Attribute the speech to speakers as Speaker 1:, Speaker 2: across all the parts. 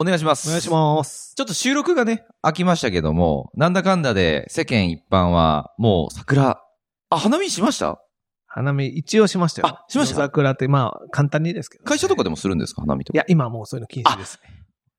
Speaker 1: お願いします。
Speaker 2: お願いします。
Speaker 1: ちょっと収録がね、飽きましたけども、なんだかんだで世間一般は、もう桜、あ、花見しました
Speaker 2: 花見一応しましたよ。
Speaker 1: あしました
Speaker 2: 夜桜って、まあ、簡単にですけど、
Speaker 1: 会社とか
Speaker 2: で
Speaker 1: でもするんですか花見と
Speaker 2: い
Speaker 1: か。
Speaker 2: や、今はもうそういうの禁止ですね。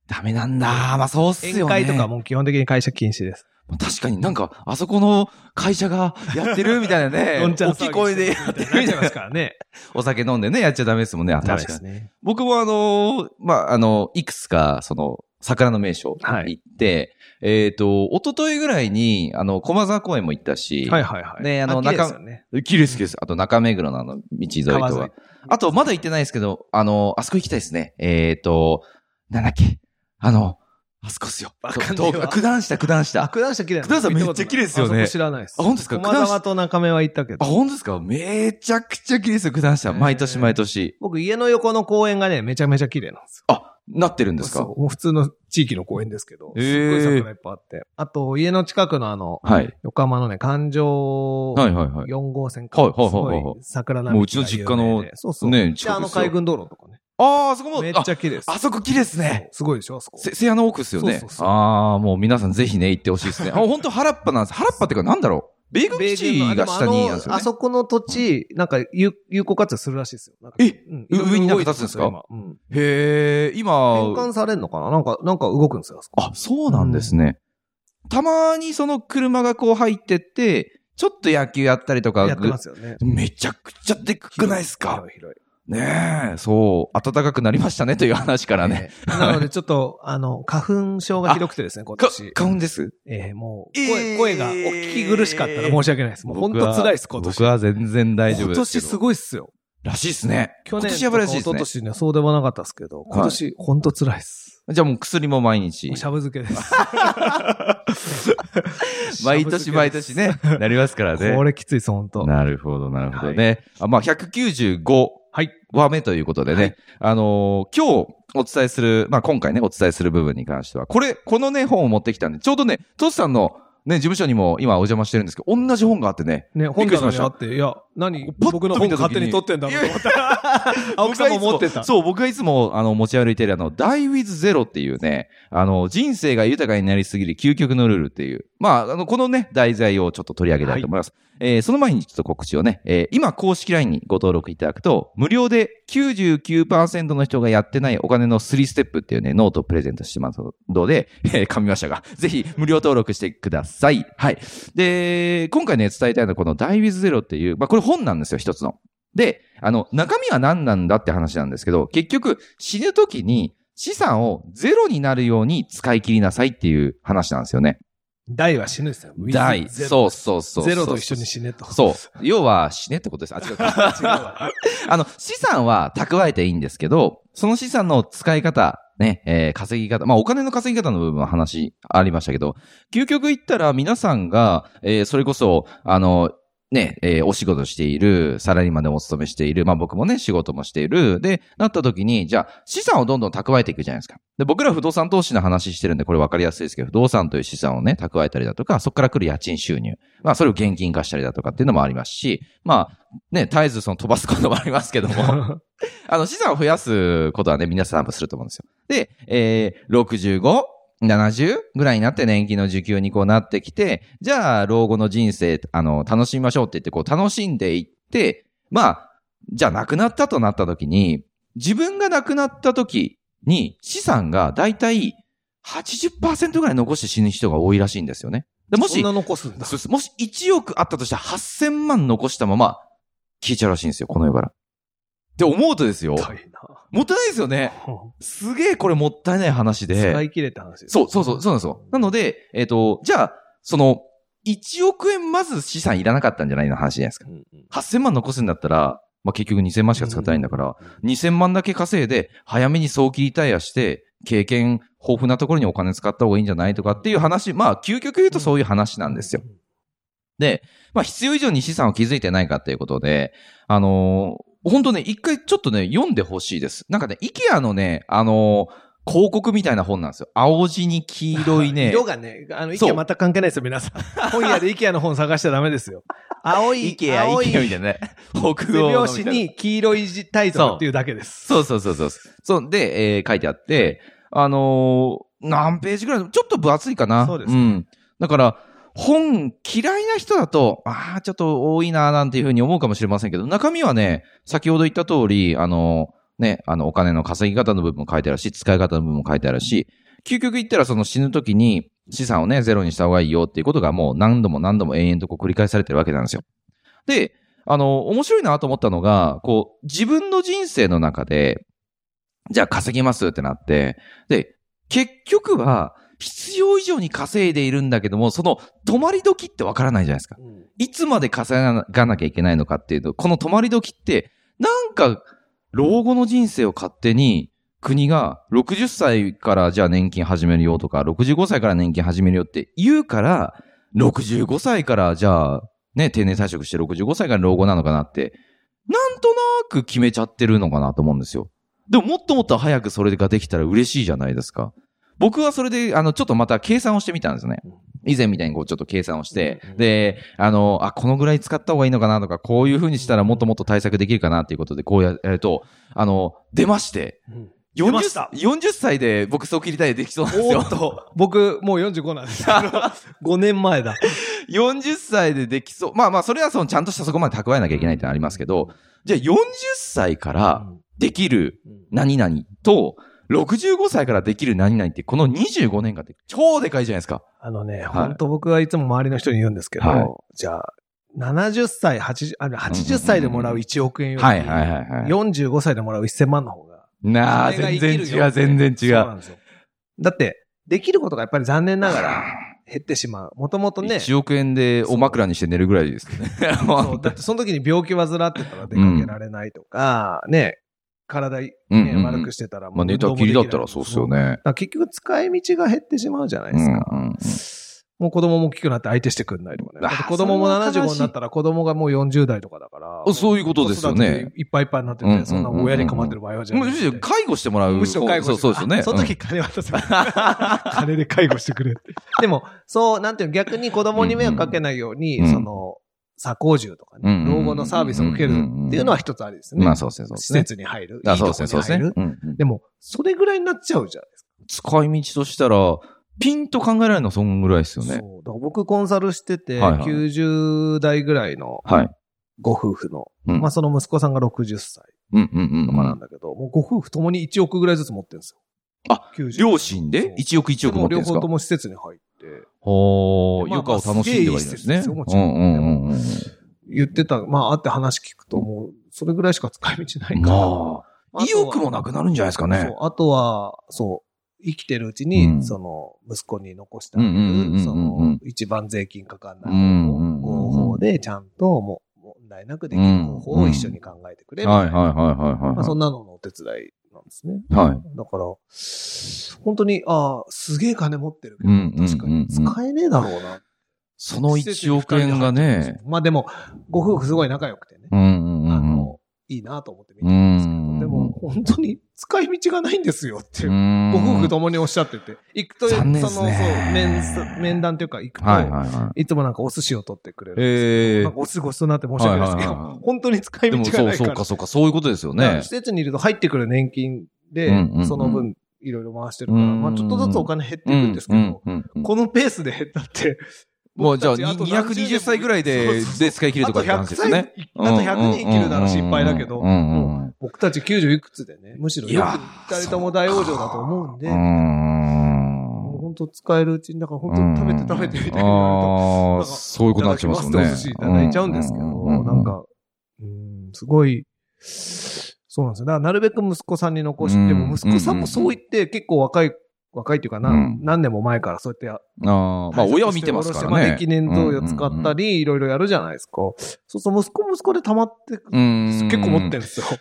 Speaker 1: ダメなんだ。まあそうっすよね。
Speaker 2: 宴会とかも基本的に会社禁止です。
Speaker 1: 確かになんか、あそこの会社がや ってるみたいな
Speaker 2: ど
Speaker 1: ね
Speaker 2: ん。ちゃん
Speaker 1: 大
Speaker 2: 騒ぎ
Speaker 1: きい声でやってるみ
Speaker 2: なっちゃ
Speaker 1: た
Speaker 2: い
Speaker 1: い
Speaker 2: ま
Speaker 1: な
Speaker 2: す。からね。
Speaker 1: お酒飲んでね、やっちゃダメですもんね。あ
Speaker 2: ダメ
Speaker 1: 確
Speaker 2: で
Speaker 1: かに
Speaker 2: す。ね。
Speaker 1: 僕もあのーまあ、あの、いくつか、その、桜の名所
Speaker 2: はい
Speaker 1: 行って、えっ、と、一昨日ぐらいに、あの、駒沢公園も行ったし、
Speaker 2: はいはいはい。
Speaker 1: ねあの
Speaker 2: 秋ですよね。
Speaker 1: 綺麗です、綺麗です。あと中目黒のあの、道沿いと
Speaker 2: 川沿い
Speaker 1: か。あと、まだ行ってないですけど、あの、あそこ行きたいですね。えっ、と、なんだっけ。あの、あそこっすよ。
Speaker 2: わかんねえ
Speaker 1: と
Speaker 2: わ
Speaker 1: 九段下、九段下。
Speaker 2: あ、
Speaker 1: あ、
Speaker 2: 九段下綺麗なんだ
Speaker 1: 九段下めっちゃ綺麗ですよね
Speaker 2: あそこ知らないです。
Speaker 1: 本当ですか九
Speaker 2: 駒
Speaker 1: 段
Speaker 2: 沢
Speaker 1: 下。
Speaker 2: と中目は行ったけど
Speaker 1: あ、。本当ですかめちゃくちゃ綺麗ですよ、九段下。
Speaker 2: へー
Speaker 1: 毎年毎年。
Speaker 2: 僕、家の横の公園がね、めちゃめちゃ綺麗なんですよ。
Speaker 1: あ、なってるんですか
Speaker 2: そうもう普通の地域の公園ですけど、
Speaker 1: へ
Speaker 2: す
Speaker 1: ー
Speaker 2: っごい桜いっぱいあって。あと、家の近くのあの、
Speaker 1: はい。
Speaker 2: 横浜のね、環状
Speaker 1: はいはいはい。
Speaker 2: 4号線か。
Speaker 1: はいはいはいはい
Speaker 2: すご桜並木が
Speaker 1: もううちの実家
Speaker 2: 有
Speaker 1: の
Speaker 2: 名でそうそう。
Speaker 1: ね
Speaker 2: で、
Speaker 1: 近
Speaker 2: あ
Speaker 1: くで
Speaker 2: の
Speaker 1: すよ
Speaker 2: 海軍道路とかね。
Speaker 1: あーあそこも、
Speaker 2: めっ
Speaker 1: あ
Speaker 2: ちゃ綺麗です。
Speaker 1: あそこ綺麗ですね。
Speaker 2: すごいでしょ、あそこ。
Speaker 1: せ、せやの奥っすよね。
Speaker 2: そうそうそう
Speaker 1: ああ、もう皆さんぜひね、行ってほしいですね。あ、本当原っぱなんです。原っぱっていうかなんだろう。米軍基地が下にあるんですよ
Speaker 2: でもあのあ
Speaker 1: ね。
Speaker 2: そこの土地、なんか有有効活用するらしいですよ。なんか
Speaker 1: え
Speaker 2: うん
Speaker 1: う上になんか立つんですか
Speaker 2: いろいろ動いてまよ
Speaker 1: へ
Speaker 2: 今
Speaker 1: え、
Speaker 2: うん。
Speaker 1: 今
Speaker 2: 転換、されるのかななんか、なんか動くんですよ、あそこ。
Speaker 1: あ、そうなんですね。たまにその車がこう入ってって、ちょっと野球やったりとか、
Speaker 2: やってますよね。
Speaker 1: ぐめちゃくちゃでっかくないですか
Speaker 2: 広い広い
Speaker 1: ねえ、そう、暖かくなりましたねという話からね。
Speaker 2: ええなので、ちょっと、あの、花粉症がひどくてですね、今
Speaker 1: か
Speaker 2: 年。
Speaker 1: 買うんです
Speaker 2: ええ、もう、
Speaker 1: ええ
Speaker 2: 声、声がお聞き苦しかったら申し訳ないです。もう本
Speaker 1: 僕
Speaker 2: 当
Speaker 1: は
Speaker 2: 辛いです、今年。
Speaker 1: 僕は全然大丈夫
Speaker 2: 今
Speaker 1: ですけ
Speaker 2: 年
Speaker 1: ど。
Speaker 2: すごいっすよ。
Speaker 1: らしいですね。
Speaker 2: 去
Speaker 1: 今
Speaker 2: 年と
Speaker 1: 年やばい
Speaker 2: から
Speaker 1: しい
Speaker 2: 一
Speaker 1: です
Speaker 2: 昨
Speaker 1: ね。
Speaker 2: 年ね、そうでもなかったですけど、今年本当辛いです。
Speaker 1: じゃあもう薬も毎日。
Speaker 2: しゃぶ漬けです。
Speaker 1: 毎年毎年ね、なりますからね
Speaker 2: こ。れきついです、本当。
Speaker 1: なるほど、なるほどね。あまあ、195話目ということでね、
Speaker 2: はい
Speaker 1: あのー今日お伝えする、まあ、今回ね、お伝えする部分に関しては、これ、このね、本を持ってきたんで、ちょうどね、トスさんのね、事務所にも今お邪魔してるんですけど、同じ本があってね、び
Speaker 2: ね、
Speaker 1: っ
Speaker 2: 本
Speaker 1: くりし
Speaker 2: 棚
Speaker 1: まし
Speaker 2: に
Speaker 1: た
Speaker 2: あって、いや、何
Speaker 1: パッと
Speaker 2: 僕の
Speaker 1: 見
Speaker 2: 本
Speaker 1: た時に
Speaker 2: 勝手に取ってんだろうと思ったら、青木さんも持ってた。
Speaker 1: そう、僕がいつも、あの、持ち歩いてる、あの、Die with Zero っていうね、あの、人生が豊かになりすぎる究極のルールっていう、まあ、あの、このね、題材をちょっと取り上げたいと思います。えーその前にちょっと告知をね、えー今、公式 LINE にご登録いただくと、無料で99%の人がやってないお金の3ステップっていうね、ノートをプレゼントしてますので、えー噛みましたが、ぜひ、無料登録してください。はい。で、今回ね、伝えたいのはこの Die with Zero っていう、まあ、これ本なんですよ、一つの。で、あの、中身は何なんだって話なんですけど、結局、死ぬ時に資産をゼロになるように使い切りなさいっていう話なんですよね。
Speaker 2: 大は死ぬですよ。with
Speaker 1: 大。
Speaker 2: ゼロ
Speaker 1: そうそうそうそう。
Speaker 2: ゼロと一緒に死ねと。
Speaker 1: そう。要は死ねってことです。あ、違う。
Speaker 2: 違うわ
Speaker 1: あの、資産は蓄えていいんですけど、その資産の使い方、ね、えー稼ぎ方、まあお金の稼ぎ方の部分は話ありましたけど、究極言ったら皆さんが、えーそれこそ、あの、ね、えーお仕事している、サラリーマンでもお勤めしている、まあ僕もね、仕事もしている、で、なった時に、じゃあ、資産をどんどん蓄えていくじゃないですか。で、僕ら不動産投資の話してるんで、これ分かりやすいですけど、不動産という資産をね、蓄えたりだとか、そこから来る家賃収入、まあそれを現金化したりだとかっていうのもありますし、まあ、ね、絶えずその飛ばすこともありますけども、あの、資産を増やすことはね、皆さん多分すると思うんですよ。で、えー、65、70ぐらいになって年金の受給にこうなってきて、じゃあ、老後の人生、あの、楽しみましょうって言って、こう、楽しんでいって、まあ、じゃあ、亡くなったとなった時に、自分が亡くなった時に、資産がだいたい80%ぐらい残して死ぬ人が多いらしいんですよね。でも
Speaker 2: そん
Speaker 1: し、
Speaker 2: な残すんだ。
Speaker 1: そうですもし1億あったとしたら8000万残したまま消えちゃうらしいんですよ、この世から。って思うとですよ。
Speaker 2: 大な。
Speaker 1: もったいないですよね。すげえこれもったいない話
Speaker 2: 使
Speaker 1: で。
Speaker 2: い切れって話です。
Speaker 1: そうそうそう、そうなんですよ。なので、えっ、と、じゃあ、その、1億円まず資産いらなかったんじゃないの話じゃないですか。
Speaker 2: うんうん
Speaker 1: 8000万残すんだったら、まあ、結局2000万しか使ってないんだから、2000万だけ稼いで、早めに早期リタイアして、経験豊富なところにお金使った方がいいんじゃないとかっていう話、まあ、究極言うとそういう話なんですよ。。で、まあ、必要以上に資産を築いてないかっていうことで、あのー本当ね、一回ちょっとね、読んでほしいです。なんかね、IKEA のね、あのー広告みたいな本なんですよ。青地に黄色いね。
Speaker 2: 色がね、あの、イ
Speaker 1: そう
Speaker 2: ケア全く関係ないですよ、皆さん。 本屋でイケアの本探しちゃダメですよ。青い、
Speaker 1: IKEA、
Speaker 2: 青
Speaker 1: IKEA
Speaker 2: い
Speaker 1: みたいなね。北欧の
Speaker 2: 表
Speaker 1: みたい
Speaker 2: 紙
Speaker 1: な
Speaker 2: に黄色い字タイトルっていうだけです。
Speaker 1: そうそうそうそう。そうで、えー書いてあって、あのー何ページぐらい、ちょっと分厚いかな。
Speaker 2: そうです
Speaker 1: ん。だから、本嫌いな人だと、ああ、ちょっと多いな、なんていうふうに思うかもしれませんけど、中身はね、先ほど言った通り、あのーね、あの、お金の稼ぎ方の部分も書いてあるし、使い方の部分も書いてあるし、究極言ったらその死ぬ時に資産をね、ゼロにした方がいいよっていうことがもう何度も何度も永遠とこう繰り返されてるわけなんですよ。で、あの、面白いなと思ったのが、こう、自分の人生の中で、じゃあ稼ぎますってなって、で、結局は、必要以上に稼いでいるんだけども、その止まり時ってわからないじゃないですか。
Speaker 2: うん
Speaker 1: いつまで稼がなきゃいけないのかっていうと、この止まり時って、なんか、老後の人生を勝手に、国が60歳からじゃあ年金始めるよとか、65歳から年金始めるよって言うから、65歳からじゃあ、ね、定年退職して65歳から老後なのかなって、なんとなく決めちゃってるのかなと思うんですよ。でももっともっと早くそれができたら嬉しいじゃないですか。僕はそれで、あの、ちょっとまた計算をしてみたんですね。以前みたいにこうちょっと計算をして
Speaker 2: うん、
Speaker 1: で、あの、あ、このぐらい使った方がいいのかなとか、こういう風にしたらもっともっと対策できるかなっていうことで、こうやると、あの、出まして、
Speaker 2: うん出まし
Speaker 1: 40
Speaker 2: た、
Speaker 1: 40歳で僕そう切りたいできそうなんです
Speaker 2: お
Speaker 1: よ
Speaker 2: ー。っと、僕、もう45な んですけど、5年前だ。
Speaker 1: 40歳でできそう。まあまあ、それはそのちゃんとしたそこまで蓄えなきゃいけないってのはありますけど、じゃあ40歳からできる
Speaker 2: うん、
Speaker 1: 何々と、65歳からできる何々って、この25年間って超でかいじゃないですか。
Speaker 2: あのね、本当僕はいつも周りの人に言うんですけど、
Speaker 1: はい
Speaker 2: じゃあ、70歳、80, あの80歳でもらう1億円より、
Speaker 1: はいはいはいはい。
Speaker 2: 45歳でもらう1000万の方が、
Speaker 1: なあ、
Speaker 2: それ
Speaker 1: 全
Speaker 2: が生きる
Speaker 1: 然
Speaker 2: よ
Speaker 1: 違う、全然違
Speaker 2: そうう。なんですよ。だって、できることがやっぱり残念ながら減ってしまう。もともとね、
Speaker 1: 1億円でお枕にして寝るぐらいですけどね。
Speaker 2: そうだってその時に病気患ってたら出かけられないとか、ね、体、ね
Speaker 1: うんうんうん
Speaker 2: 悪くしてたらもう
Speaker 1: まあ寝たきりだったらそうっすよ。
Speaker 2: 運動もでき
Speaker 1: ね
Speaker 2: ないだ。から結局使い道が減ってしまうじゃないですか。
Speaker 1: うんうん
Speaker 2: もう子供も大きくなって相手してくんないとかね。
Speaker 1: あー
Speaker 2: だって子供も
Speaker 1: それは悲しい
Speaker 2: 75になったら子供がもう40代とかだから。
Speaker 1: あそういうことですよね
Speaker 2: 子育ていっぱいいっぱいになって
Speaker 1: うんうんうんう
Speaker 2: て、
Speaker 1: ん
Speaker 2: そんな親に構ってる場合はじゃ
Speaker 1: む
Speaker 2: な
Speaker 1: しろ
Speaker 2: い。
Speaker 1: 介護してもらう。
Speaker 2: むしろ介護して
Speaker 1: そうそうですよね。
Speaker 2: あその時
Speaker 1: うん
Speaker 2: 金 渡せば金で介護してくれって。でも、そう、なんていうの、逆に子供に迷惑かけないように、
Speaker 1: うんうん
Speaker 2: その、左高住とか
Speaker 1: うん
Speaker 2: ね
Speaker 1: うん、うん
Speaker 2: 老後のサービスを受けるっていうのは一つありですね。
Speaker 1: まあそうですね、そうです
Speaker 2: 施
Speaker 1: ね。
Speaker 2: 設に入る。
Speaker 1: あそうですね、
Speaker 2: いい
Speaker 1: そう
Speaker 2: と
Speaker 1: で
Speaker 2: こ
Speaker 1: すね
Speaker 2: に入る。
Speaker 1: うんうん
Speaker 2: でも、それぐらいになっちゃうじゃないですか。
Speaker 1: 使い道としたら、ピンと考えられるのはそんぐらいですよね。
Speaker 2: そう。だから僕コンサルしてて、
Speaker 1: はいはい
Speaker 2: 90代ぐらいの
Speaker 1: はい。
Speaker 2: ご夫婦の、
Speaker 1: うん
Speaker 2: まあその息子さんが60歳
Speaker 1: うんうんうん
Speaker 2: と
Speaker 1: う
Speaker 2: かなん
Speaker 1: ん。
Speaker 2: だけど、もうご夫婦ともに1億ぐらいずつ持ってるんですよ。
Speaker 1: あ
Speaker 2: 90、
Speaker 1: 両親で1億1億持ってるんですか
Speaker 2: もう両方とも施設に入って、
Speaker 1: ほー、
Speaker 2: まあ
Speaker 1: 余暇を楽しんではいるんですね。
Speaker 2: すげえいい施設ですよも
Speaker 1: う
Speaker 2: ちろ
Speaker 1: ん
Speaker 2: ん
Speaker 1: うんうんうん。
Speaker 2: 言ってた、まあ会って話聞くともう、それぐらいしか使い道ないから。
Speaker 1: まあ、
Speaker 2: あ
Speaker 1: 意
Speaker 2: とは
Speaker 1: 欲もなくなるんじゃないですかね
Speaker 2: そ。う、あとは、そう、生きてるうち
Speaker 1: う
Speaker 2: に、
Speaker 1: ん
Speaker 2: その、息子に残してあげ
Speaker 1: うんうんうんうんうん
Speaker 2: る、その、一番税金かかんない
Speaker 1: うんうんうんうん
Speaker 2: 方法で、ちゃんともう、問題なくできる方法を一緒に考えてくれる。
Speaker 1: はいはい
Speaker 2: ま
Speaker 1: はいはいはい
Speaker 2: あ、そ
Speaker 1: は
Speaker 2: んなののお手伝いなんですね。
Speaker 1: い。はい。
Speaker 2: だから、本当に、ああ、すげえ金持ってるけど、
Speaker 1: うんうんうんうん
Speaker 2: 確かに使えねえだろうな。
Speaker 1: その1億円がね、。
Speaker 2: まあでも、ご夫婦すごい仲良くてね、
Speaker 1: うんうんうん
Speaker 2: あ
Speaker 1: うん。
Speaker 2: の、いいなと思って見てるんですけ
Speaker 1: うん
Speaker 2: ど、でも、本当に使い道がないんですよっていう。ご
Speaker 1: ご
Speaker 2: 夫婦ともにおっしゃってて、行くと、そ
Speaker 1: 残
Speaker 2: の、
Speaker 1: 念で
Speaker 2: そう、
Speaker 1: すね
Speaker 2: 面す、面談というか行くと、
Speaker 1: はいはいはい。
Speaker 2: いつもなんかお寿司を取ってくれるんですよ。
Speaker 1: ええ
Speaker 2: なんかお寿司ごちそうになって申し訳ないですけど、
Speaker 1: はいはいはい
Speaker 2: 本当に使い
Speaker 1: で
Speaker 2: 道
Speaker 1: も
Speaker 2: が
Speaker 1: そ
Speaker 2: な
Speaker 1: う
Speaker 2: いか
Speaker 1: そう
Speaker 2: ら。
Speaker 1: かそうか、そういうことですよ
Speaker 2: だから
Speaker 1: ね
Speaker 2: 施。設にいると入ってくる年金で、
Speaker 1: うんうんうん
Speaker 2: その分、いろいろ回してる
Speaker 1: う
Speaker 2: か
Speaker 1: ん
Speaker 2: ら、
Speaker 1: うんうん
Speaker 2: まあちょっとずつお金減って
Speaker 1: う
Speaker 2: いくん
Speaker 1: ん
Speaker 2: ですけど、
Speaker 1: うんうん
Speaker 2: このペースで減ったって、
Speaker 1: もうじゃあ、
Speaker 2: 僕たちあと
Speaker 1: 220歳ぐらい
Speaker 2: そう
Speaker 1: で
Speaker 2: そう、そう
Speaker 1: で使い切るとかって
Speaker 2: あ
Speaker 1: 話で
Speaker 2: と100
Speaker 1: す
Speaker 2: 歳、
Speaker 1: ね。
Speaker 2: あと100人生きるなら心配だけど、
Speaker 1: うんうんうんうん
Speaker 2: 僕たち90いくつでね、むしろ
Speaker 1: い
Speaker 2: よく
Speaker 1: や
Speaker 2: 2人とも大往生だと思うんで、
Speaker 1: う。
Speaker 2: もうん本当使えるうちに、だから本
Speaker 1: うん
Speaker 2: 当食べて食べてみたいな。
Speaker 1: あ
Speaker 2: なん
Speaker 1: あ、
Speaker 2: か
Speaker 1: そういうことになっちゃいますよね。
Speaker 2: いただきますってお寿司いただいちゃうんですけど、なんか、うん、すごい、そうなんですよ。だからなるべく息子さんに残して、
Speaker 1: うん
Speaker 2: もう息子さんもそう言って、結構若い、若いっていうかな、
Speaker 1: うん
Speaker 2: 何年も前からそうや
Speaker 1: あ
Speaker 2: って
Speaker 1: あ、まあ親を見てますからね。
Speaker 2: 歴年贈与使った
Speaker 1: り。
Speaker 2: り、いろいろやるじゃないですか。そうそう、息子も息子で溜まってく
Speaker 1: うんうんうん。
Speaker 2: 結構持ってるんですよ。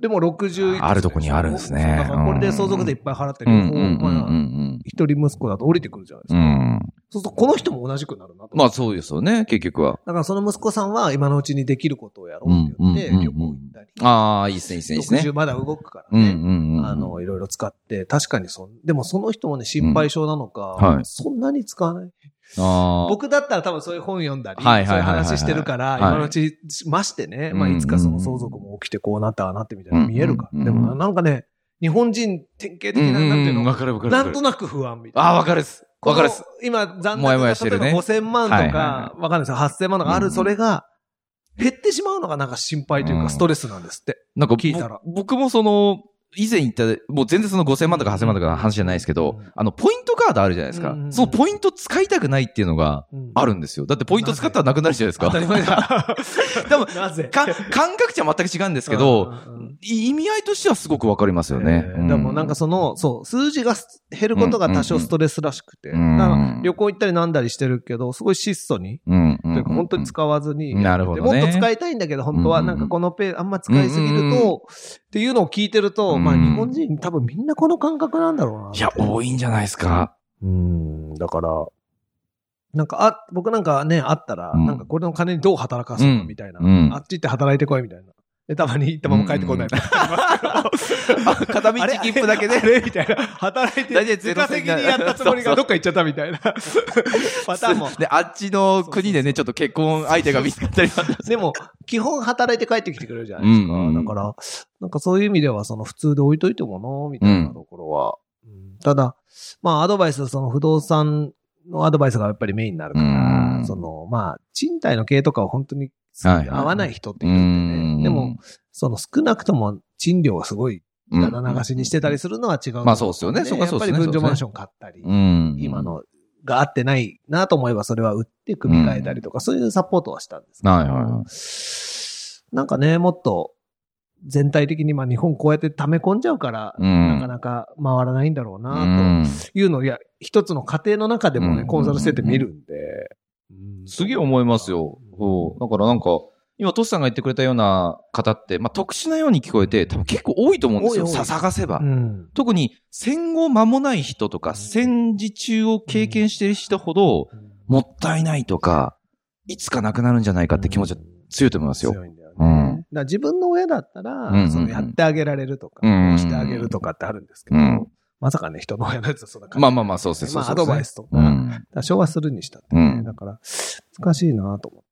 Speaker 2: でも60いくつでしょ
Speaker 1: あるとこにあるんですね
Speaker 2: だからこれで相続税いっぱい払ってる。
Speaker 1: うんうんうんう
Speaker 2: まあ
Speaker 1: ん
Speaker 2: 一人息子だと降りてくるじゃないです
Speaker 1: うん。
Speaker 2: か。
Speaker 1: うん。
Speaker 2: そうすると、この人も同じくなるなと。
Speaker 1: まあそうですよね、結局は。
Speaker 2: だからその息子さんは今のうちにできることをやろうって言って、
Speaker 1: うんうんうん
Speaker 2: 旅行行ったり。
Speaker 1: ああ、いいですね、いいですね、いいですね。
Speaker 2: 60まだ動くから
Speaker 1: うん
Speaker 2: ね。
Speaker 1: うんうん。
Speaker 2: あ、の、いろいろ使って、確かにそん、でもその人もね、心配性なのか、
Speaker 1: うんはい
Speaker 2: そんなに使わない。
Speaker 1: あー
Speaker 2: 僕だったら多分そういう本読んだり、
Speaker 1: はいはいはいはいはい
Speaker 2: そういう話してるから、
Speaker 1: はい
Speaker 2: 今のうち、ましてね、まあ、
Speaker 1: うん
Speaker 2: いつかその相続も起きてこうなったああなってみたいな
Speaker 1: うん
Speaker 2: 見えるから。
Speaker 1: うん
Speaker 2: でもななんかね、日本人典型的
Speaker 1: うん
Speaker 2: な、
Speaker 1: う
Speaker 2: なんていうん
Speaker 1: う
Speaker 2: の
Speaker 1: ん、わかるわかる。
Speaker 2: なんとなく不安みたいな。
Speaker 1: ああ、わかるっす。わかるっす。
Speaker 2: この今、残念
Speaker 1: も
Speaker 2: な
Speaker 1: やも
Speaker 2: が
Speaker 1: や
Speaker 2: ら、
Speaker 1: して
Speaker 2: 例
Speaker 1: る
Speaker 2: えば
Speaker 1: ね
Speaker 2: 5000万と
Speaker 1: はいはい
Speaker 2: か
Speaker 1: は、
Speaker 2: わかんないですよ。8000万とかあ
Speaker 1: う
Speaker 2: る、
Speaker 1: ん
Speaker 2: それが、減ってしまうのがなんか心配とい
Speaker 1: う
Speaker 2: うか、
Speaker 1: ん
Speaker 2: ストレスなんですって。
Speaker 1: なんか、
Speaker 2: 聞いたら
Speaker 1: ぼ僕もその、以前言った、もう全然その5000万とか8000万とかの話じゃないですけど、
Speaker 2: うん
Speaker 1: あの、ポイントカードあるじゃないですか。
Speaker 2: うんうんうん
Speaker 1: そのポイント使いたくないっていうのがあ
Speaker 2: る
Speaker 1: るんですよ。だってポイント使ったらなくなるじゃないですか。
Speaker 2: 当たり 前だ。
Speaker 1: でも、
Speaker 2: なぜ
Speaker 1: か感覚値は全く違うんですけど、
Speaker 2: うんうんうん
Speaker 1: い意味合いとしてはすごくわかりますよね。
Speaker 2: えーでもなんかその、そう、数字がす減ることが多少ストレスらしくて。だから旅行行ったりなんだりしてるけど、すごい質素に、
Speaker 1: うん、うんうん
Speaker 2: というか本当に使わずに。
Speaker 1: なるほどね
Speaker 2: もっと使いたいんだけど、本当は
Speaker 1: うん
Speaker 2: なんかこのペーあんま使いすぎる
Speaker 1: うんう
Speaker 2: と、っていうのを聞いてると、まあ
Speaker 1: うん
Speaker 2: 日本人多分みんなこの感覚なんだろうな。
Speaker 1: いや、多いんじゃないですか。
Speaker 2: うん、だから、なんか、あ、僕なんかね、あったら、
Speaker 1: うん
Speaker 2: なんかこれの金にどう働かすのかみたいな、
Speaker 1: うん
Speaker 2: あっち行って働いてこいみたいな。で、たまに行ったまま帰ってこないみたいな。
Speaker 1: 片道切符だ けで。
Speaker 2: あれみたいな。働いて、
Speaker 1: 大体
Speaker 2: 自家責にやったつもりがどっか行っちゃったみ たいなパターンも。
Speaker 1: で、あっちの国でね、ちょっと結婚相手が見つかったり。
Speaker 2: でも、基本働いて帰ってきてくれるじゃないですか。
Speaker 1: うんうん
Speaker 2: だから、なんかそういう意味では、その普通で置いといてもな、みたいなところは。うんただ、まあアドバイス、その不動産のアドバイスがやっぱりメインになるから、
Speaker 1: うん
Speaker 2: その、まあ、賃貸の経営とかは本当に
Speaker 1: はいはい
Speaker 2: 合わない人っているんでね。でも、、その少なくとも賃料がすごい、
Speaker 1: うん
Speaker 2: だだ流しにしてたりするのは違う、
Speaker 1: まあそうですよねそこ
Speaker 2: や
Speaker 1: はそ
Speaker 2: っ
Speaker 1: うです
Speaker 2: ぱり
Speaker 1: ね
Speaker 2: 分譲マンション買ったり。
Speaker 1: うん。
Speaker 2: 今。のが合ってないなと思えばそれは売って組み替えたりとか、そういうサポートはしたんですけど
Speaker 1: はいはいは
Speaker 2: なんかね、もっと全体的にまあ日本こうやって溜め込んじゃうから、
Speaker 1: うん
Speaker 2: なかなか回らないんだろう
Speaker 1: う。
Speaker 2: なんというのを、いや、一つの過程の中でもね、
Speaker 1: うん
Speaker 2: コンサルしてて見るんで。
Speaker 1: すげえ思いますよ。そう。だからなんか、今、トシさんが言ってくれたような方って、まあ、特殊なように聞こえて、多分結構多いと思うんですよ。
Speaker 2: 多い多
Speaker 1: さ
Speaker 2: い
Speaker 1: 探せば
Speaker 2: う。ん。
Speaker 1: 特に、戦後間もない人とか、戦時中を経験してる人ほど、もったいないとか、いつかなくなるんじゃないかって気持ちは強いと思いますよ。
Speaker 2: 強いんだよね。
Speaker 1: う
Speaker 2: だか
Speaker 1: ん。
Speaker 2: ら自分の親だったら、
Speaker 1: んうんうん
Speaker 2: そのやってあげられるとか、
Speaker 1: うんうんうん
Speaker 2: してあげるとかってあるんですけど、
Speaker 1: うん
Speaker 2: まさかね、人の親のやつはそんな感じ
Speaker 1: まあまあまあ、そうですね。
Speaker 2: まあ、アドバイ
Speaker 1: ス。
Speaker 2: スとか、
Speaker 1: う
Speaker 2: だか
Speaker 1: ん。
Speaker 2: ら昭和するにしたって
Speaker 1: う
Speaker 2: ね。
Speaker 1: ん
Speaker 2: だから、難しいなと思って。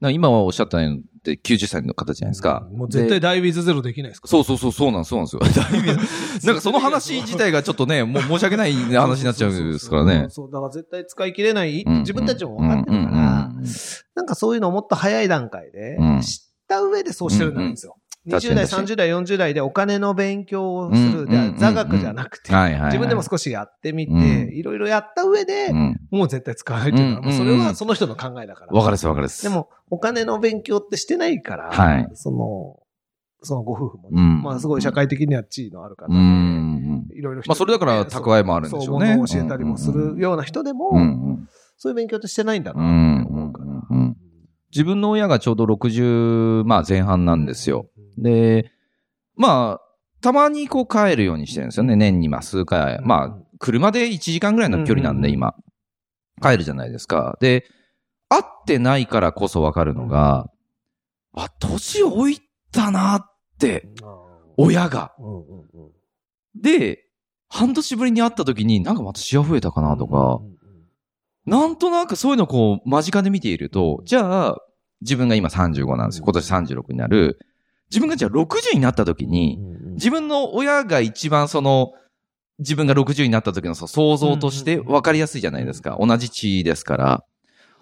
Speaker 1: な今はおっしゃったように、90歳の方じゃないですか。
Speaker 2: もう絶対
Speaker 1: で
Speaker 2: ダイビーズゼロできないですか
Speaker 1: そうそうそう、そうなんです、そうなんですよ。だいぶなんかその話自体がちょっとね、もう申し訳ない話になっちゃうんですからね。
Speaker 2: そう、だから絶対使い切れないって
Speaker 1: うん
Speaker 2: 自分たちも分かってるか
Speaker 1: う
Speaker 2: ら
Speaker 1: んうんうん、
Speaker 2: なんかそういうのをもっと早い段階で
Speaker 1: うん、
Speaker 2: 知った上でそうしてるんですよ。
Speaker 1: んうん
Speaker 2: 20代、
Speaker 1: 確かに
Speaker 2: 30代、40代でお金の勉強を
Speaker 1: う
Speaker 2: する。
Speaker 1: んうんうんう
Speaker 2: で
Speaker 1: ん
Speaker 2: 座学じゃなくて、
Speaker 1: はいはいはい。
Speaker 2: 自分でも少しやってみ
Speaker 1: うん
Speaker 2: て、いろいろやった上で
Speaker 1: う、ん。
Speaker 2: もう絶対使わないっていうのは、
Speaker 1: うんうんうん
Speaker 2: それはその人の考えだから。
Speaker 1: わかるです、わかるです。
Speaker 2: で、も、お金の勉強ってしてないから、
Speaker 1: はい
Speaker 2: その、そのご夫婦も
Speaker 1: う
Speaker 2: ね、
Speaker 1: ん
Speaker 2: まあすごい社会的には地位のある方
Speaker 1: う
Speaker 2: で、
Speaker 1: ん。
Speaker 2: いろいろ人にね、
Speaker 1: まあそれだから蓄えもあるんでしょうね
Speaker 2: そう、物を教えたりもするような人でも、
Speaker 1: うん。
Speaker 2: そういう勉強ってしてないんだ
Speaker 1: う
Speaker 2: なって思
Speaker 1: ん
Speaker 2: うから。。
Speaker 1: うん自分の親がちょうど60、まあ前半なんですよ。で、まあ、たまにこう帰るようにしてるんですよね。年にまあ数回。まあ、車で1時間ぐらいの距離なんで、
Speaker 2: うんうん
Speaker 1: 今。帰るじゃないですか。で、会ってないからこそわかるのが、あ、年老いたなって、
Speaker 2: お、
Speaker 1: 親が。
Speaker 2: うんうんうん
Speaker 1: で、半年ぶりに会った時に、なんかまたシワ増えたかなとか
Speaker 2: う、んうん
Speaker 1: なんとなくそういうのをこう、間近で見ていると、じゃあ、自分が今35なんですよ。今年36になる。自分がじゃあ60になった時に、
Speaker 2: うんうん
Speaker 1: 自分の親が一番その、自分が60になった時のその想像として分かりやすいじゃないですか。同じ地ですから。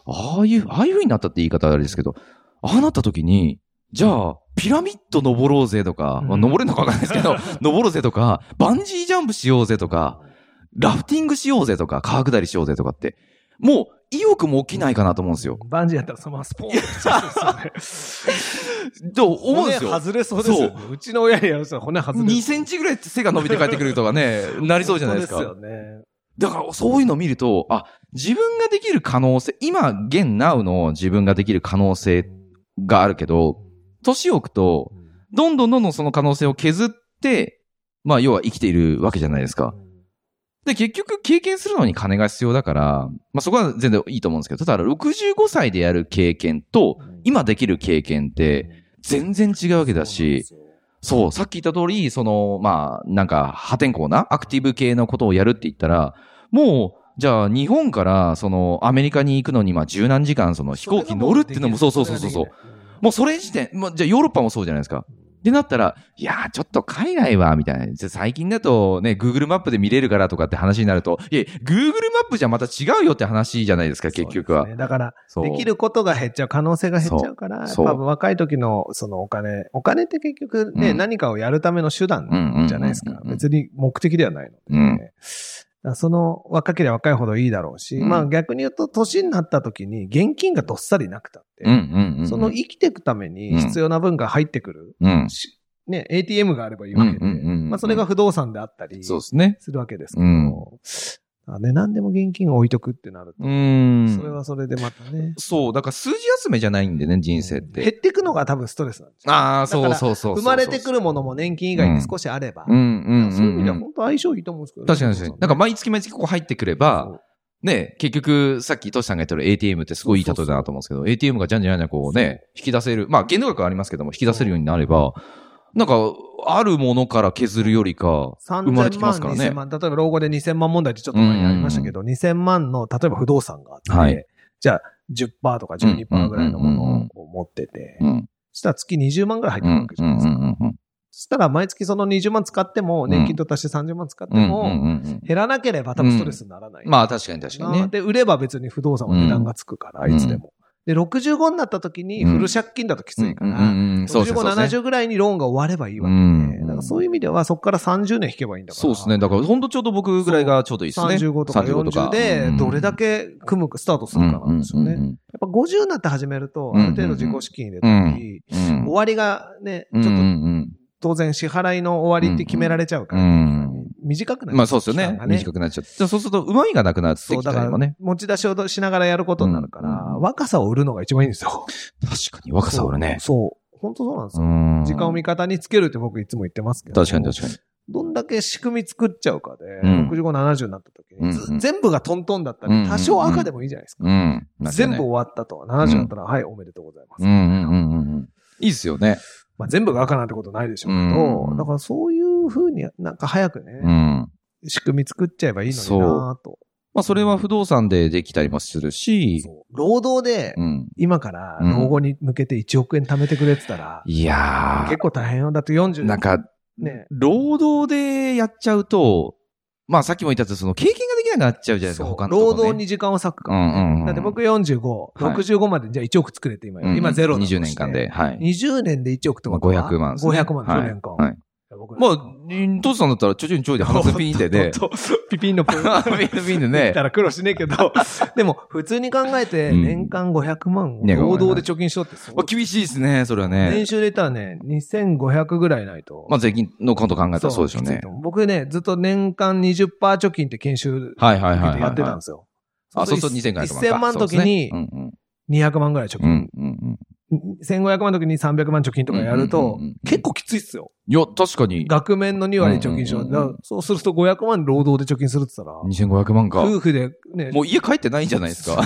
Speaker 1: ああいう、ああいう風になったって言い方はあれですけど、ああなった時に、じゃあ、ピラミッド登ろうぜとか、まあ
Speaker 2: うん
Speaker 1: 登れんのかわかんないですけ ど、登ろうぜとか、バンジージャンプしようぜとか、ラフティングしようぜとか、川下りしようぜとかって、もう意欲も起きないかなと思うんですよ。
Speaker 2: バンジーやったらそのままスポーンって落ちそうですよね。
Speaker 1: と思うんですよ。
Speaker 2: 骨外れそうですよね。うちの親にやる人は骨外れ
Speaker 1: 2センチぐらい背が伸びて帰ってくるとか ね、なりそうじゃないですか。
Speaker 2: そうですよね。
Speaker 1: だから、そういうのを見ると、あ、自分ができる可能性、今、現 now の自分ができる可能性があるけど、年を置くと、どんどんどんどんその可能性を削って、まあ要は生きているわけじゃないですか。で、結局経験するのに金が必要だから、まあそこは全然いいと思うんですけど、ただ65歳でやる経験と、今できる経験って、全然違うわけだし、
Speaker 2: そうなんですよ
Speaker 1: そう、さっき言った通り、その、まあ、なんか、破天荒なアクティブ系のことをやるって言ったら、もう、じゃあ、日本から、その、アメリカに行くのに、まあ、十何時間、その、飛行機乗るっていうのも、そうそうそうそうそう。もうそれ時点、もうじゃあヨーロッパもそうじゃないですか。でなったら、いやー、ちょっと海外は、みたいな。じゃあ最近だとね、Google マップで見れるからとかって話になると、いや、Google マップじゃまた違うよって話じゃないですか、結局
Speaker 2: そう
Speaker 1: は
Speaker 2: です。ねだから、
Speaker 1: そう
Speaker 2: できることが減っちゃう、可能性が減っちゃうから、
Speaker 1: そうそう
Speaker 2: 多分若い時のそのお金、お金って結局ね、
Speaker 1: うん
Speaker 2: 何かをやるための手段じゃないです
Speaker 1: うんう
Speaker 2: か
Speaker 1: んうん。うん
Speaker 2: 別に目的ではないので、
Speaker 1: う
Speaker 2: ね
Speaker 1: ん。
Speaker 2: だからその若ければ若いほどいいだろうし、
Speaker 1: うん
Speaker 2: まあ逆に言うと年になった時に現金がどっさりなくたって、
Speaker 1: うんうんうん。
Speaker 2: その生きていくために必要な分が入ってくる、
Speaker 1: うん、
Speaker 2: しね、ATM があればいい
Speaker 1: うん
Speaker 2: わ
Speaker 1: う
Speaker 2: け
Speaker 1: ん
Speaker 2: で、
Speaker 1: うん。
Speaker 2: まあそれが不動産であったり
Speaker 1: そうですすね。
Speaker 2: るわけですけど、
Speaker 1: うん
Speaker 2: あね、何でも現金を置いとくってなると、
Speaker 1: うーん。
Speaker 2: それはそれでまたね。
Speaker 1: そう、だから数字集めじゃないんでね、人生っ。
Speaker 2: 減ってていくのが多分ストレスなんですよ。
Speaker 1: ああ、そ
Speaker 2: だ
Speaker 1: う
Speaker 2: から
Speaker 1: そうそうそうそう。
Speaker 2: 生まれてくるものも年金以外に少しあれば、
Speaker 1: うんうんうん。
Speaker 2: そういう意味では
Speaker 1: ん
Speaker 2: 本当相性いいと思うんですけど、
Speaker 1: 確かに確かに。なんか
Speaker 2: ま
Speaker 1: 毎月毎月ここ入ってくれば、ね、結局、さっきトシさんが言ったように ATM ってすごいいい例えだなと思うんですけど、ATM がじゃんじゃんじゃんじゃんこうね、引き出せる。まあ、限度額はありますけども、引き出せるようになれば、なんか、あるものから削るよりか、生まれてき
Speaker 2: 3000
Speaker 1: ま
Speaker 2: 万、
Speaker 1: すから
Speaker 2: 2000
Speaker 1: ね。
Speaker 2: 万、例えば老後で2000万問題ってちょっと前にありましたけど、2000万の、例えば不動産があって、
Speaker 1: はい
Speaker 2: じゃあ10%とか12%ぐらいのものをこう持ってて、
Speaker 1: うん。
Speaker 2: そしたら月20万ぐらい入っ
Speaker 1: う
Speaker 2: てくるわ
Speaker 1: ん
Speaker 2: け。じ
Speaker 1: う
Speaker 2: ゃ
Speaker 1: ん。う
Speaker 2: ないですか。
Speaker 1: ん。うん。
Speaker 2: そしたら毎月その20万使っても、年金と足して30万使って
Speaker 1: うん。
Speaker 2: も、
Speaker 1: うん。
Speaker 2: 減らなければ多分ストレスにならない。
Speaker 1: まあ、確かに確かにね。
Speaker 2: で、売れば別に不動産は値段がつくから、
Speaker 1: うん
Speaker 2: いつでも。で、65になった時にフル借金だときついか
Speaker 1: うんうん
Speaker 2: ら、
Speaker 1: うんうんそうです
Speaker 2: 65、
Speaker 1: ね。そうですね
Speaker 2: 70ぐらいにローンが終わればいいわ
Speaker 1: うん
Speaker 2: けで、だからそういう意味ではそこから30年引けばいいんだから。
Speaker 1: そうですね。。だから、ほんとちょうど僕ぐらいがちょうどいいですね。
Speaker 2: 35とか
Speaker 1: 35
Speaker 2: 40で、どれだけ組むか、スタートするかなんですよね。
Speaker 1: う
Speaker 2: やっ
Speaker 1: ん
Speaker 2: ぱ50になって始めると、ある程度自己資金入れたり、
Speaker 1: うんうんうん
Speaker 2: 終わりがね、ちょ
Speaker 1: うんう
Speaker 2: っと
Speaker 1: ん
Speaker 2: 当然支払いの終わりって決められちゃうから、
Speaker 1: うん
Speaker 2: 短く
Speaker 1: う
Speaker 2: なっちゃ
Speaker 1: ん。まあそうですよ
Speaker 2: 期
Speaker 1: ね
Speaker 2: 間が。
Speaker 1: 短くなっちゃって。じゃあそうすると、うまみがなくなって
Speaker 2: そ
Speaker 1: き
Speaker 2: う、だ
Speaker 1: た
Speaker 2: か
Speaker 1: りも
Speaker 2: ら
Speaker 1: ね。、
Speaker 2: 持ち出しをしながらやることになるから、
Speaker 1: うんうん
Speaker 2: 若さを売るのが一番いいんですよ。
Speaker 1: 確かに、若さ俺ね。
Speaker 2: そう。本当そうなんですよ。
Speaker 1: ん
Speaker 2: 時間を味方につけるって僕いつも言ってますけど。
Speaker 1: 確かに確かに。
Speaker 2: どんだけ仕組み作っちゃうかで、
Speaker 1: うん
Speaker 2: 65、70になった時に、ず
Speaker 1: うんうん
Speaker 2: 全部がトントンだった
Speaker 1: うんうん
Speaker 2: り、
Speaker 1: うん
Speaker 2: 多少赤でもいいじゃないですか。
Speaker 1: うん。
Speaker 2: 全部終わったと。70だったら、はい、おめでとうございます。
Speaker 1: うんうんうんうんうん。いいっすよね。
Speaker 2: まあ、全部が赤なんてことないでしょうけ
Speaker 1: うん
Speaker 2: ど、
Speaker 1: うん
Speaker 2: だからそういうふうになんか早くね、
Speaker 1: うん。
Speaker 2: 仕組み作っちゃえばいいのになぁと。
Speaker 1: まあそれは不動産でできたりもするし、
Speaker 2: そう労働で、
Speaker 1: うん。
Speaker 2: 今から老後に向けて1億円貯めてくれって言ったら、
Speaker 1: いや
Speaker 2: 結構大変よ。だって40
Speaker 1: ー、なんか、
Speaker 2: ね。
Speaker 1: 労働でやっちゃうと、まあさっきも言ったとおりその経験ができなくなっちゃうじゃないですか、
Speaker 2: そう
Speaker 1: 他のとこね
Speaker 2: 労働に時間を割く
Speaker 1: う
Speaker 2: から。
Speaker 1: んうんうん。
Speaker 2: だって僕45、
Speaker 1: い
Speaker 2: 65までじゃあ1億作れて今、今ゼロだとして
Speaker 1: 20年間。で。はい。
Speaker 2: 20年で1億ってことは
Speaker 1: 500万ですね
Speaker 2: 500万、
Speaker 1: はい
Speaker 2: 去年間。
Speaker 1: はい
Speaker 2: 僕
Speaker 1: まあ、トツさんだったら、ちょちょいちょいで鼻すピンで
Speaker 2: 。
Speaker 1: ね
Speaker 2: とピピンのプ
Speaker 1: ピンでピンで
Speaker 2: で
Speaker 1: ね
Speaker 2: きた。ら苦労しねえけど、でも普通に考えて
Speaker 1: うん
Speaker 2: 年間500万を
Speaker 1: ね
Speaker 2: 労働で貯金しようって す
Speaker 1: ま
Speaker 2: ご
Speaker 1: あ、
Speaker 2: い、
Speaker 1: 厳しいですね、それはね
Speaker 2: 年。収で言ったらね、2500ぐらいないと。
Speaker 1: まあ、税金のこと考えたらそうでしょう
Speaker 2: きつい
Speaker 1: ね
Speaker 2: と。思僕ね、ずっと年間20%貯金って研修
Speaker 1: はいはいはいはいはい。
Speaker 2: やってたんですよ。
Speaker 1: あ、そうす
Speaker 2: そ
Speaker 1: ると2500万か。
Speaker 2: 1000万の時に
Speaker 1: そうですね
Speaker 2: 200万ぐらい貯
Speaker 1: うんうん
Speaker 2: 金。
Speaker 1: うんうんうん
Speaker 2: 1500万の時に300万貯金とかやる
Speaker 1: う
Speaker 2: と
Speaker 1: んうんうんうん、
Speaker 2: 結構きついっすよ。
Speaker 1: いや、確かに。
Speaker 2: 額面の2割貯金しよ
Speaker 1: うん
Speaker 2: う。
Speaker 1: うんう
Speaker 2: だ
Speaker 1: ん
Speaker 2: からそうすると500万労働で貯金するって言ったら、
Speaker 1: 2500万か。
Speaker 2: 夫婦でね、
Speaker 1: もう家帰ってないんじゃないですか。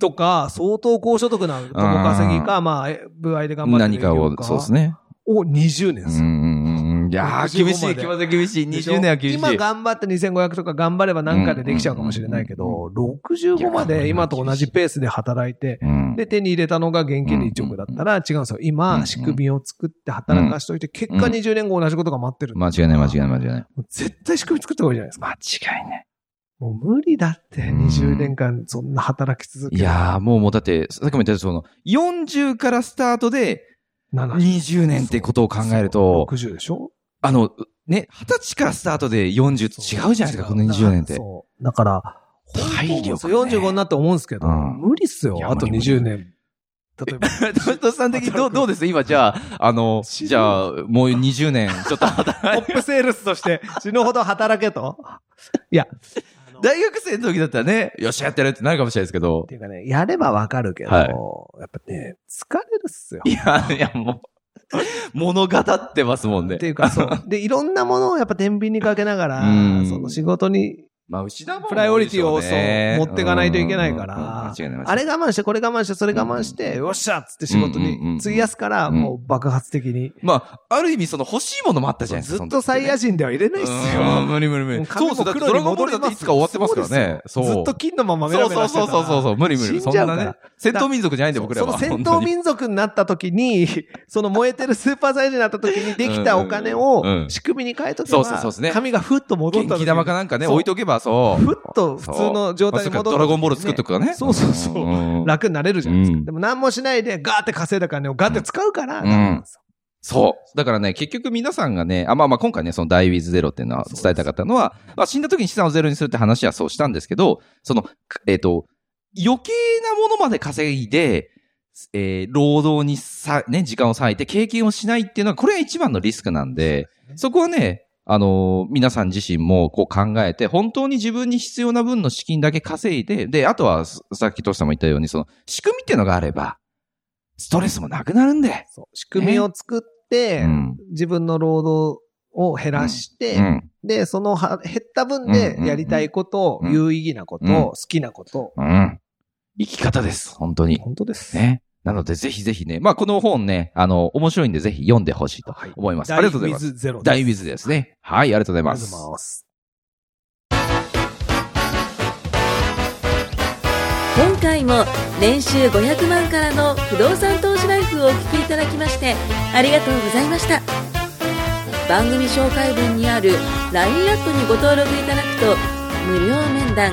Speaker 2: とか、相当高所得な共稼ぎか、まあ、部合で頑張 って
Speaker 1: 何かを、そうですね。
Speaker 2: を20年
Speaker 1: う
Speaker 2: で
Speaker 1: ん
Speaker 2: すよ。
Speaker 1: うんうん。いやー、
Speaker 2: 65
Speaker 1: 厳しい、
Speaker 2: まで
Speaker 1: 厳しい、厳しい。
Speaker 2: でしょ
Speaker 1: 20年は厳しい。
Speaker 2: 今頑張って2500とか頑張れば何かでできちゃうかもしれないけ
Speaker 1: うんうん
Speaker 2: ど、65まで今と同じペースで働いて、
Speaker 1: うん
Speaker 2: で、手に入れたのが現金で1億だったら違うんですよ。今、仕組みを作って働かしといて、結果20年後同じことが待ってる。
Speaker 1: 間違いない、間違いない、間違いない。
Speaker 2: もう絶対仕組み作った方がいいじゃないですか。
Speaker 1: 間違いない。
Speaker 2: もう無理だって、
Speaker 1: うん
Speaker 2: 20年間そんな働き続け
Speaker 1: い
Speaker 2: る。
Speaker 1: やー、もうもうだって、さっきも言ったようにその、40からスタートで、
Speaker 2: 70
Speaker 1: 20年ってことを考えると、
Speaker 2: そう60でしょ
Speaker 1: あの、ね、20歳からスタートで40って違うじゃないですか、この20年って。
Speaker 2: そう。だから、
Speaker 1: 体力ね
Speaker 2: 本当45になって思うんですけど、
Speaker 1: うん
Speaker 2: 無理っすよ
Speaker 1: い。や
Speaker 2: あと
Speaker 1: 無理無理
Speaker 2: 20年。例えば。
Speaker 1: トトさん的にどうどうです今じゃあ、あの、
Speaker 2: 死ぬ
Speaker 1: じゃあ、もう20年、ちょっと働い
Speaker 2: トップセールスとして死ぬほど働けと。いや。だっ
Speaker 1: 大学生の時だったらね、よっしゃやってるってなるかもしれないですけど。
Speaker 2: ていうかね、やればわかるけど、
Speaker 1: はい
Speaker 2: やっぱね、疲れるっすよ。
Speaker 1: いや、いや、も物語ってますもんね
Speaker 2: って。いうか、そう。で、いろんなものをやっぱ天秤にかけながら
Speaker 1: うん、
Speaker 2: その仕事に、
Speaker 1: まあ、牛田も
Speaker 2: プライオリティをそう
Speaker 1: ね
Speaker 2: 持っていかないといけないから
Speaker 1: うんうんうん間違いない間違いない
Speaker 2: あれ我慢して、これ我慢して、それ我慢して、よっしゃっつって仕事
Speaker 1: うんうんうん
Speaker 2: に費やすから、
Speaker 1: うん
Speaker 2: もう爆発的に。
Speaker 1: まあ、ある意味その欲しいものもあったじゃないです
Speaker 2: ず
Speaker 1: か。
Speaker 2: っとサイヤ
Speaker 1: 人
Speaker 2: 人では入れないっすよ。
Speaker 1: 無理無理無
Speaker 2: もう
Speaker 1: 理。そ
Speaker 2: 髪
Speaker 1: う
Speaker 2: も
Speaker 1: そう、だって
Speaker 2: 黒
Speaker 1: ドラ
Speaker 2: に
Speaker 1: ゴンボールだっていつか終わってますからね。
Speaker 2: そう
Speaker 1: そ
Speaker 2: で
Speaker 1: う。
Speaker 2: よずっと金のままメ
Speaker 1: そ
Speaker 2: ラ
Speaker 1: う
Speaker 2: メ
Speaker 1: そう
Speaker 2: ラして
Speaker 1: そう
Speaker 2: た
Speaker 1: そうそうそう、無理無理。
Speaker 2: 死
Speaker 1: そ
Speaker 2: ん
Speaker 1: ん
Speaker 2: じゃう
Speaker 1: な
Speaker 2: から
Speaker 1: ね、戦闘民族じゃないんで僕ら
Speaker 2: そ
Speaker 1: は。
Speaker 2: の戦
Speaker 1: 本当
Speaker 2: 闘
Speaker 1: に
Speaker 2: 民族になった時に、その燃えてるスーパーサイヤ人になった時にできたお金
Speaker 1: うんうんう
Speaker 2: を
Speaker 1: ん
Speaker 2: 仕組みに変えとけ
Speaker 1: そうそうそうで
Speaker 2: ば
Speaker 1: すね、
Speaker 2: 紙がふっと戻った
Speaker 1: 元
Speaker 2: 時
Speaker 1: 気玉かなんかね、
Speaker 2: そう
Speaker 1: 置いとけば、そう。
Speaker 2: ふっと普通の状態に戻
Speaker 1: そうまあそっか
Speaker 2: った時
Speaker 1: ドラゴンボール作っとくからね。
Speaker 2: そうそうそうん
Speaker 1: んん
Speaker 2: 楽になれるじゃないですか。
Speaker 1: うん
Speaker 2: でも何もしないでガーって稼いだ金をガーって使うか
Speaker 1: う
Speaker 2: ら、
Speaker 1: ん
Speaker 2: ダメなんですよ
Speaker 1: そう。だからね、結局皆さんがね、あまあまあ今回ね、その Die with Zero っていうのは伝えたかったのは、まあ死んだ時に資産をゼロにするって話はそうしたんですけど、その、えっ、と、余計なものまで稼いで、えー労働にさ、ね、時間を割いて経験をしないっていうのは、これが一番のリスクなんで、そこはね、あのー皆さん自身もこう考えて、本当に自分に必要な分の資金だけ稼いで、で、あとは、さっきトシさんも言ったように、その、仕組みっていうのがあれば、ストレスもなくなるんで。
Speaker 2: そう仕組みを作って、
Speaker 1: うん
Speaker 2: 自分の労働を減らして、
Speaker 1: うん。
Speaker 2: で、そのは減った分でやりたいこと、
Speaker 1: うん
Speaker 2: 有意義なこと、
Speaker 1: うん
Speaker 2: 好きなこと、
Speaker 1: うん。生き方です。本当に。
Speaker 2: 本当です。
Speaker 1: ね。なので、ぜひぜひね。まあ、この本ね、あの、面白いんで、ぜひ読んでほしいと
Speaker 2: はい
Speaker 1: 思います。
Speaker 2: 大
Speaker 1: ありがとうございます。
Speaker 2: 水ゼロです。
Speaker 1: 大ウィズですね。はい、ありがとうござい
Speaker 2: あ
Speaker 1: ま
Speaker 2: りがとう
Speaker 1: す
Speaker 2: ご。ざいます。
Speaker 3: 今回も年収500万からの不動産投資ライフをお聞きいただきましてありがとうございました番組紹介文にある LINE アップにご登録いただくと無料面談